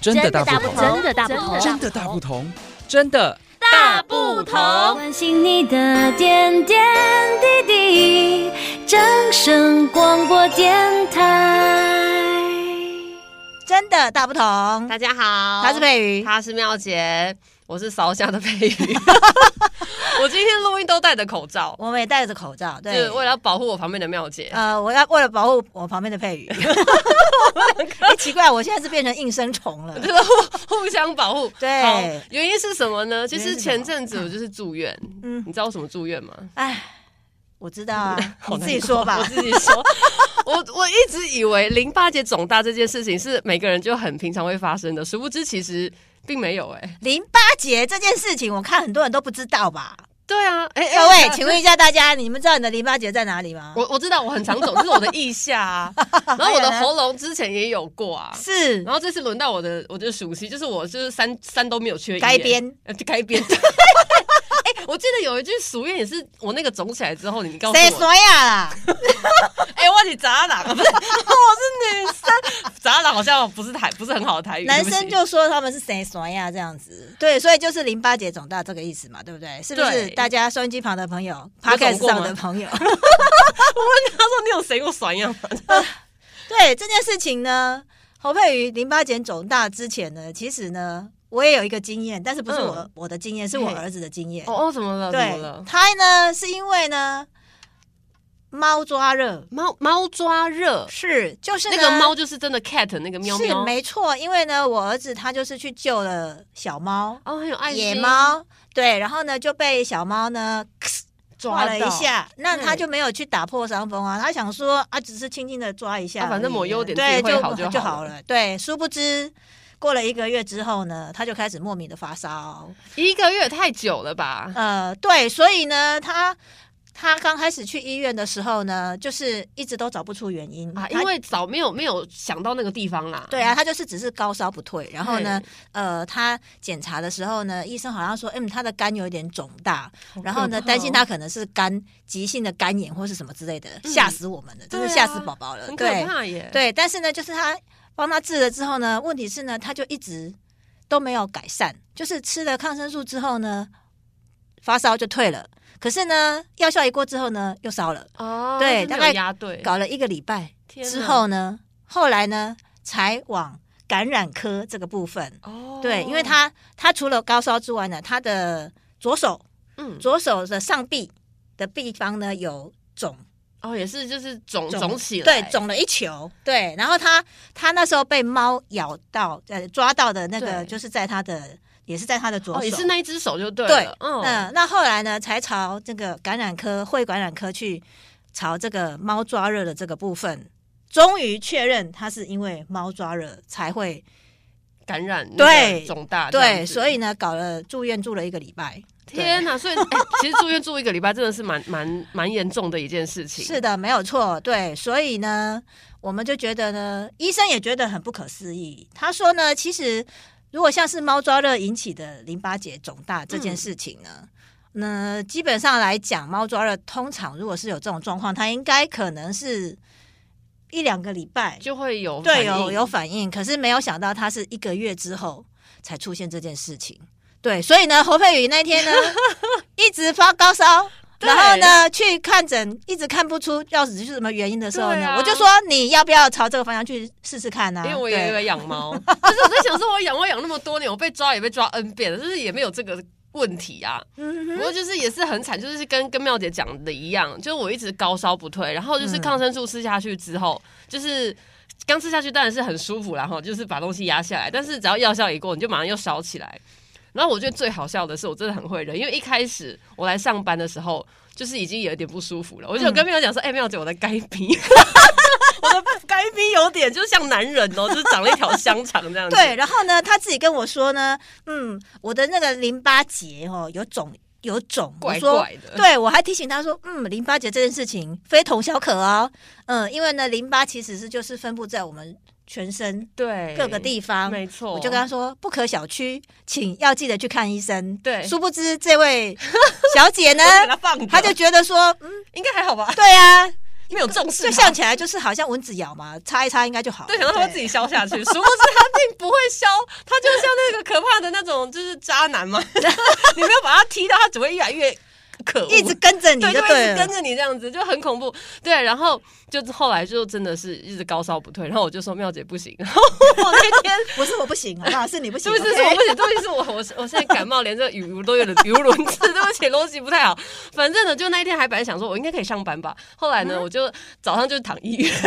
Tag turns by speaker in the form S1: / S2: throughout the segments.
S1: 真的大不
S2: 不
S1: 同，
S2: 真的大不同，
S1: 真的大不同，真的
S2: 大不同。
S3: 关心你的点点滴滴，掌声广播电台。
S4: 真的大不同。
S5: 大家好，
S4: 他是佩瑜，
S5: 他是妙杰，我是烧香的佩 瑜。我今天录音都戴着口罩，
S4: 我们也戴着口罩，
S5: 就
S4: 对
S5: 是，为了保护我旁边的妙姐。
S4: 呃，我要为了保护我旁边的佩 宇。哎，奇怪，我现在是变成应声虫了。
S5: 就是互互相保护，
S4: 对
S5: 好原因是什么呢？其
S4: 原
S5: 实
S4: 因是什么
S5: 前阵子我就是住院，
S4: 嗯
S5: 你知道我什么住院吗？
S4: 哎，我知道啊，
S5: 好
S4: 你
S5: 难
S4: 自己
S5: 过
S4: 说吧
S5: 我。自己说。 我我一直以为淋巴结肿大这件事情是每个人就很平常会发生的，殊不知其实并没有、哎，
S4: 淋巴结这件事情，我看很多人都不知道吧？
S5: 对啊，哎、哎
S4: 各位，请问一下大家，你们知道你的淋巴结在哪里吗？
S5: 我我知道我很常肿，这是我的腋 下啊，然后我
S4: 哎
S5: 的喉咙之前也有过啊，
S4: 是
S5: 然后这次轮到我的我的熟悉，就是我就是三三都没有缺一，
S4: 该编
S5: 呃，该编。哎，我记得有一句俗谚也是我那个肿起来之后，你告诉
S4: 谁
S5: 我，
S4: 说呀 啦？
S5: 哎、我你渣男，不是，我是女生，渣男好像不是台，不是很好的台语，
S4: 男
S5: 对不起
S4: 生就说他们是谁说呀这样子，对，所以就是淋巴结肿大这个意思嘛，对不对？是不是？
S5: 对
S4: 大家收音机旁的朋友
S5: 有肿
S4: ，podcast
S5: 过吗
S4: 上的朋友，
S5: 我问他说你有谁过甩样吗？
S4: 对这件事情呢，侯佩瑜淋巴结肿大之前呢，其实呢，我也有一个经验，但是不是我、
S5: 嗯
S4: 我的经验，是我儿子的经验。
S5: 哦哦，怎么了？怎么
S4: 对
S5: 了，？
S4: 他呢是因为呢猫抓热，
S5: 猫猫抓热，
S4: 是就是呢
S5: 那个猫就是真的 cat 那个喵
S4: 是
S5: 喵，
S4: 没错，因为呢我儿子他就是去救了小猫。
S5: 哦，很有爱心，
S4: 野猫对，然后呢就被小猫呢抓
S5: 抓
S4: 了一
S5: 到。嗯
S4: 下，那他
S5: 对
S4: 就没有去打破伤风啊。他想说啊，只是轻轻的抓一下而已、
S5: 啊反正抹优点
S4: 对，
S5: 自己会好
S4: 就
S5: 就
S4: 就
S5: 好了
S4: 了。对，殊不知过了一个月之后呢，他就开始莫名的发烧。
S5: 一个月太久了吧？
S4: 呃，对，所以呢，他他刚开始去医院的时候呢，就是一直都找不出原因
S5: 啊，
S4: 他
S5: 因为早没有没有想到那个地方啦。
S4: 嗯对啊，他就是只是高烧不退，然后呢
S5: 对，
S4: 呃，他检查的时候呢，医生好像说，嗯，他的肝有一点肿大，
S5: 好可怕哦，嗯
S4: 然后呢，担心他可能是肝急性的肝炎或是什么之类的，吓死我们了，真
S5: 对
S4: 是
S5: 啊
S4: 吓死宝宝了
S5: 很。可
S4: 呃对
S5: 怕耶。，
S4: 对，但是呢，就是他帮他治了之后呢，问题是呢，他就一直都没有改善，就是吃了抗生素之后呢，发烧就退了，可是呢，药效一过之后呢，又烧了，
S5: 哦，
S4: 对
S5: 真的
S4: 大概
S5: 有压对，
S4: 搞了一个礼拜
S5: 天哪
S4: 之后呢，后来呢，才往感染科这个部分。
S5: 哦
S4: 对，因为他他除了高烧之外呢，他的左手
S5: 嗯
S4: 左手的上臂的地方呢有肿，
S5: 哦也是就是肿肿起来，
S4: 对，肿了一球，对。然后他他那时候被猫咬到，呃，抓到的那个
S5: 对
S4: 就是在他的，也是在他的左手，
S5: 哦也是那一只手就对
S4: 对
S5: 了，，嗯
S4: 那那后来呢，才朝这个感染科、会感染科去朝这个猫抓热的这个部分。终于确认他是因为猫抓热才会
S5: 感染
S4: 对
S5: 那个肿大啊这
S4: 对，
S5: 样子，
S4: 所以呢搞了住院住了一个礼拜。
S5: 天哪，所以哎其实住院住一个礼拜真的是蛮蛮蛮严重的一件事情，
S4: 是的，没有错，对，所以呢，我们就觉得呢，医生也觉得很不可思议。他说呢，其实如果像是猫抓热引起的淋巴结肿大这件事情呢，那基本上来讲，猫抓热通常如果是有这种状况，它应该可能是一两个礼拜
S5: 就会有
S4: 对
S5: 反应
S4: 有有反应，可是没有想到它是一个月之后才出现这件事情。对，所以呢，侯佩宇那天 呢一直发高烧，
S5: 对
S4: 然后呢去看诊，一直看不出要是是什么原因的时候
S5: 对
S4: 呢，
S5: 啊
S4: 我就说你要不要朝这个方向去试试看呢、啊？
S5: 因为我也
S4: 对
S5: 有养 猫，但是我在想说，我养猫养那么多年，我被抓也被抓 n 遍了，就是也没有这个问题啊。
S4: 嗯
S5: 不过就是也是很惨，就是跟跟妙姐讲的一样，就是我一直高烧不退，然后
S4: 嗯
S5: 就是抗生素吃下去之后，就是。刚吃下去当然是很舒服啦，然后就是把东西压下来，但是只要药效一过，你就马上又烧起来。然后我觉得最好笑的是，我真的很会忍，因为一开始我来上班的时候，就是已经有一点不舒服了，我就有跟妙姐讲说：“哎、妙姐，我的该冰， 我的该冰有点就像男人 哦，就是长了一条香肠这样子。”
S4: 对，然后呢，他自己跟我说呢，嗯，我的那个淋巴结哦有肿有肿，
S5: 怪
S4: 我说
S5: 怪的
S4: 对我还提醒他说，嗯，淋巴结这件事情非同小可哦，嗯，因为呢，淋巴其实是就是分布在我们全身
S5: 对，
S4: 各个地方，
S5: 没错，
S4: 我就跟他说不可小觑，请要记得去看医生。
S5: 对
S4: 殊不知这位小姐呢，
S5: 他放着，
S4: 她就觉得说，嗯，
S5: 应该还好吧？
S4: 对啊，
S5: 没有重视它，
S4: 就像起来就是好像蚊子咬嘛，擦一擦应该就好了。
S5: 对，想让他们自己消下 去，殊不知他并不会消，他就像那个可怕的那种就是渣男 嘛，你没有把他踢到，他只会越来越可恶，
S4: 对一直跟着你
S5: 对，
S4: 就
S5: 就一直
S4: 了
S5: 跟着你这样子，就很恐怖。对，然后就后来就真的是一直高烧不退，然后我就说妙姐不行，然后我那天
S4: 不是我不行， 好不好？是你不
S5: 是
S4: 行，
S5: 不是是
S4: OK？
S5: 我不行，对不起是我我我现在感冒，连这语无都有点语无伦次，对不起逻辑不太好。反正呢，就那一天还本来想说我应该可以上班吧，后来
S4: 嗯
S5: 呢，我就早上就躺医院。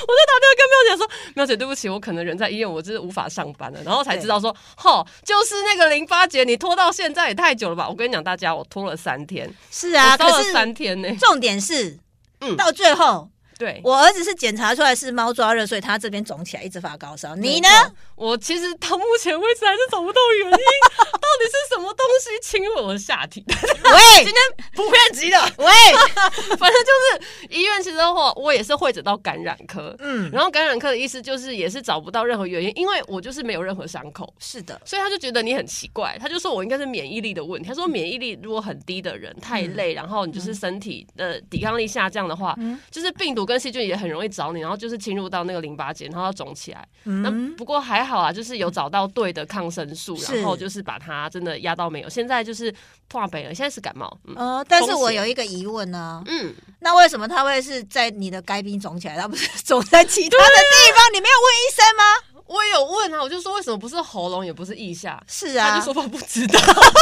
S5: 我就打电话跟妙姐说：“妙姐，对不起，我可能人在医院，我就是无法上班了。”然后才知道说：“吼，就是那个淋巴结，你拖到现在也太久了吧？”我跟你讲，大家，我拖了三天，
S4: 是啊，
S5: 我拖
S4: 可
S5: 了
S4: 是
S5: 三天呢、
S4: 重点是，
S5: 嗯
S4: 到最后
S5: 对，
S4: 我儿子是检查出来是猫抓热，所以他这边肿起来，一直发高烧。你呢？
S5: 我其实到目前为止还是找不到原因，到底是什么东西侵入我的下体？
S4: 喂
S5: 今天普遍级的，
S4: 喂，
S5: 反正就是医院其实的话，我也是会诊到感染科，
S4: 嗯，
S5: 然后感染科的意思就是也是找不到任何原因，因为我就是没有任何伤口。
S4: 是的，
S5: 所以他就觉得你很奇怪，他就说我应该是免疫力的问题。他说免疫力如果很低的人太累，然后你就是身体的抵抗力下降的话，就是病毒跟细菌也很容易找你，然后就是侵入到那个淋巴结，然后要肿起来。那
S4: 嗯，
S5: 不过还好啊，就是有找到对的抗生素，
S4: 是
S5: 然后就是把它真的压到没有。现在就是化北了，现在是感冒。嗯
S4: 呃，但是
S5: 风险
S4: 我有一个疑问呢、
S5: 嗯，
S4: 那为什么它会是在你的该冰肿起来，它不是肿在其他的地
S5: 啊
S4: 方？你没有问医生吗？
S5: 我也有问啊，我就说为什么不是喉咙，也不是腋下？
S4: 是啊，
S5: 他就说他不知道。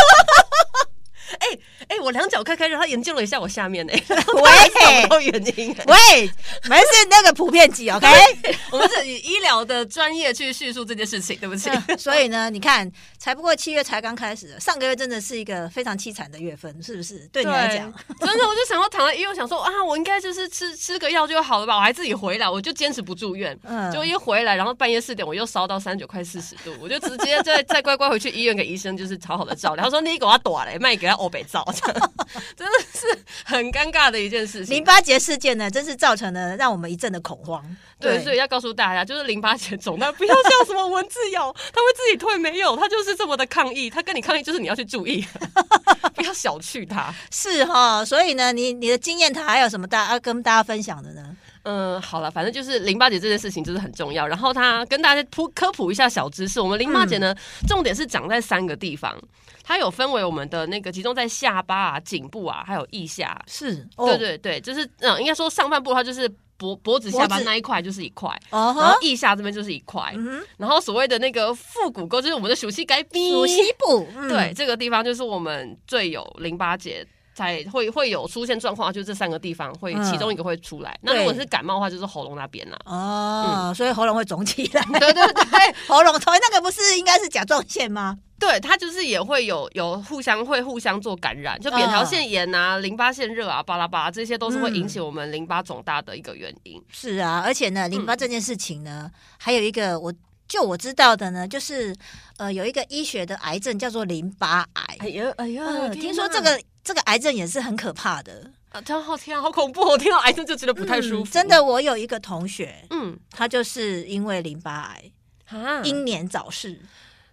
S5: 哎哎、我两脚开开，然后他研究了一 下我下面呢、然后他还找不到原因、
S4: 喂，没事，那个普遍级，OK？
S5: 我们是以医疗的专业去叙述这件事情，对不起。
S4: 所以呢，你看，才不过七月才刚开始，上个月真的是一个非常凄惨的月份，是不是？对你来讲，
S5: 真的，我就想要躺在医院，想说啊，我应该就是吃吃个药就好了吧，我还自己回来，我就坚持不住院。
S4: 嗯
S5: 就一回来，然后半夜四点我又烧到三九快四十度，我就直接再再乖乖回去医院给医生就是好好的照料。他说你给我短嘞，卖给他欧北照， 这样真的是很尴尬的一件事情
S4: 淋。巴结事件呢，真是造成了让我们一阵的恐慌。
S5: 对，所以要告诉大家，就是淋巴结肿，但不要像什么蚊子咬，它会自己退，没有，它就是这么的抗议，它跟你抗议就是你要去注意，不要小觑它。
S4: 是哈、所以呢，你你的经验谈还有什么大要跟大家分享的呢？
S5: 嗯，好了，反正就是淋巴结这件事情就是很重要。然后它跟大家普科普一下小知识，我们淋巴结呢，重点是长在三个地方，它有分为我们的那个集中在下巴啊、颈部啊，还有腋下。
S4: 是，
S5: 对，对对，就是嗯，应该说上半部的话就是脖脖子、下巴
S4: 哦脖子
S5: 那一块就是一块，
S4: 哦
S5: 然后
S4: 哈，
S5: 腋下这边就是一块，
S4: 嗯哼，
S5: 然后所谓的那个腹股沟就是我们的熟悉该逼，
S4: 属西部，嗯
S5: 对，这个地方就是我们最有淋巴结才会会有出现状况，就这三个地方会
S4: 嗯
S5: 其中一个会出来。那
S4: 对
S5: 如果是感冒的话，就是喉咙那边啦、
S4: 哦，所以喉咙会肿起来，
S5: 嗯对对对
S4: 喉咙痛，那个不是应该是甲状腺吗？
S5: 对，它就是也会有有互相会互相做感染，就扁桃腺炎啊、淋巴腺热啊、巴拉巴拉，这些都是会引起我们淋巴肿大的一个原因。
S4: 是啊，而且
S5: 嗯
S4: 呢，淋巴这件事情呢，还有一个我就我知道的呢，就是呃，有一个医学的癌症叫做淋巴癌，
S5: 哎呀哎呀
S4: 嗯，
S5: 天
S4: 听说
S5: 哪
S4: 这个这个癌症也是很可怕的，
S5: 啊，天啊好天啊，好恐怖哦！我听到癌症就觉得不太舒服，
S4: 嗯真的，我有一个同学，
S5: 嗯
S4: 他就是因为淋巴癌
S5: 啊，
S4: 英年早逝，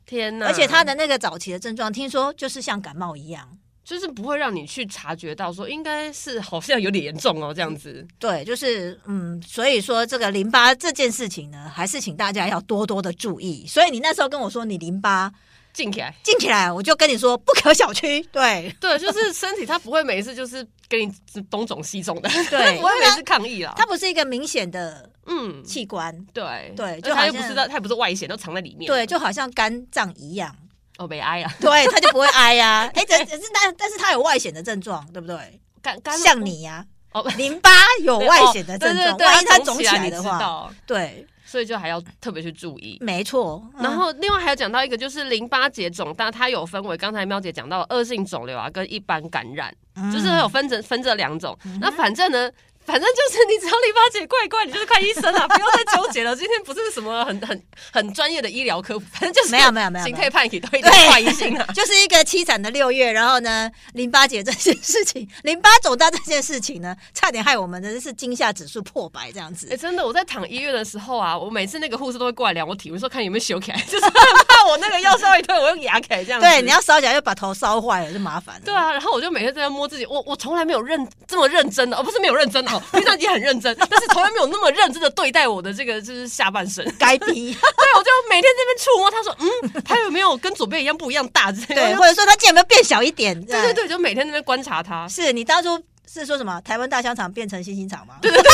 S5: 天哪！
S4: 而且他的那个早期的症状，听说就是像感冒一样，
S5: 就是不会让你去察觉到说应该是好像有点严重哦这样子。
S4: 对，就是嗯，所以说这个淋巴这件事情呢，还是请大家要多多的注意。所以你那时候跟我说你淋巴
S5: 静起来，
S4: 进起来，我就跟你说不可小 觑，对。
S5: 对，就是身体它不会每一次就是跟你东肿西肿的，
S4: 对
S5: 不会每次抗议啦。
S4: 它不是一个明显的
S5: 嗯，
S4: 器官，
S5: 对
S4: 对就
S5: 就它
S4: 好
S5: 又不是
S4: 像
S5: 它它也不是外显，都藏在里面。
S4: 对，就好像肝脏一 样，
S5: 哦，悲 哀啊，
S4: 对，它就不会哀 呀、哎、这这是但但是它有外显的症状，对不对？
S5: 肝肝
S4: 像你呀、
S5: 哦，
S4: 淋巴有
S5: 对
S4: 外
S5: 哦
S4: 显的
S5: 对
S4: 症状，
S5: 对对
S4: 万一它
S5: 肿
S4: 肿起
S5: 你
S4: 来
S5: 知
S4: 的话，
S5: 道
S4: 对，
S5: 所以就还要特别去注意。
S4: 没错。嗯
S5: 然后，另外还有讲到一个，就是淋巴结肿大，它有分为刚才喵姐讲到的恶性肿瘤啊，跟一般感染，
S4: 嗯
S5: 就是有分成分这两种。那反正呢，反正就是你只要淋巴结怪怪，你就是看医生啊，不要再纠结了。今天不是什么很很很专业的医疗科普，反正就是
S4: 没有没有没有
S5: 警
S4: 没
S5: 退
S4: 有
S5: 判给都已经
S4: 对
S5: 坏医心了。
S4: 就是一个凄惨的六月，然后呢，淋巴结这件事情， 淋巴肿大这件事情呢，差点害我们真的是惊吓指数破百这样
S5: 哎、
S4: 子。
S5: 真的，我在躺医院的时候啊，我每次那个护士都会过来量我体温，说看有没有修起来，就是很怕 后我那个药稍一退，我用牙给这样子。
S4: 对，你要烧起来又把头烧坏了，就麻烦了。
S5: 对，啊，然后我就每天在那摸自己，我我从来没有认这么认真的，而不是没有认真的哦，平常已经很认真，但是从来没有那么认真的对待我的这个就是下半身。
S4: 该逼。
S5: 对，我就每天这边触摸，他说嗯，他有没有跟左边一样不一样大之 类的。
S4: 对，哎
S5: 我就
S4: 或者说它竟然有没有变小一点？
S5: 对对，对，就每天在那边观察他。
S4: 是你当初是说什么？台湾大香肠变成新兴肠吗？
S5: 对
S4: 对对。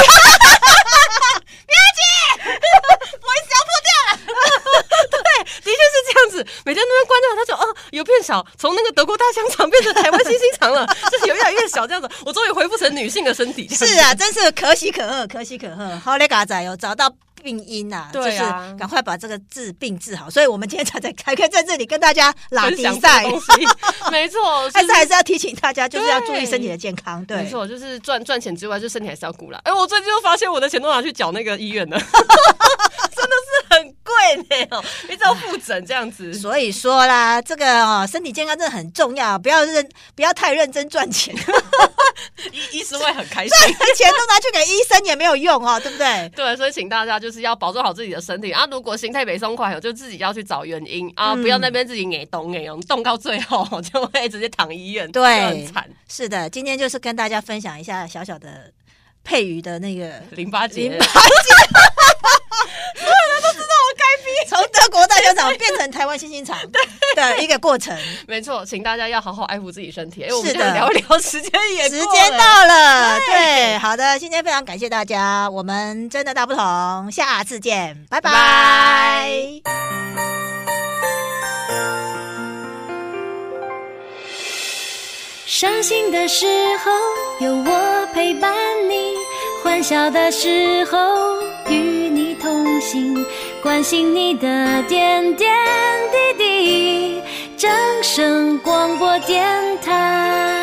S5: 的确是这样子，每天都在观察，他就哦，有变小，从那个德国大香肠变成台湾新兴肠了， 就是有越来越小这样子。我终于恢复成女性的身体。这样子
S4: 是啊，，真是可喜可贺，可喜可贺。好嘞，嘎仔有找到病因啊，
S5: 对啊
S4: 就是赶快把这个治病治好。所以我们今天才在才可以在这里跟大家拉
S5: 分
S4: 比
S5: 享这
S4: 赛
S5: 个，东西， 没 错，
S4: 但
S5: 就是
S4: 还是要提醒大家，就是要注意
S5: 对
S4: 身体的健康。对，
S5: 没错，就是赚赚钱之外，就身体还是要顾啦。哎、我最近就发现我的钱都拿去缴那个医 院了，真的是很贵呢、哦， 一直要复诊这样子。
S4: 所以说啦，这个哦，身体健康真的很重要，不要认，不要太认真赚钱，
S5: 医医师会很开心。
S4: 钱都拿去给医生也没有用哦，对不对？
S5: 对，所以请大家就是要保重好自己的身体啊！如果心态没松快，我就自己要去找原因啊，
S4: 嗯
S5: 不要那边自己给动给动，动到最后 就会直接躺医院，
S4: 对
S5: 就很惨。
S4: 是的，今天就是跟大家分享一下小小的佩瑜的那个
S5: 淋巴结
S4: 淋巴结。所有人都知道我该逼，从德国大香肠变成台湾新 兴肠的一个过程。
S5: 没错，请大家要好好爱护自己身体。哎，我们
S4: 是
S5: 这
S4: 的
S5: 样聊一聊，时间 也
S4: 时
S5: 过
S4: 间
S5: 了
S4: 到了，对，好的，今天非常感谢大家，我们真的大不同，下次见，拜拜。
S5: 拜
S3: 伤心的时候有我陪伴你，欢笑的时候与你同行，关心你的点点滴滴。掌声广播电台。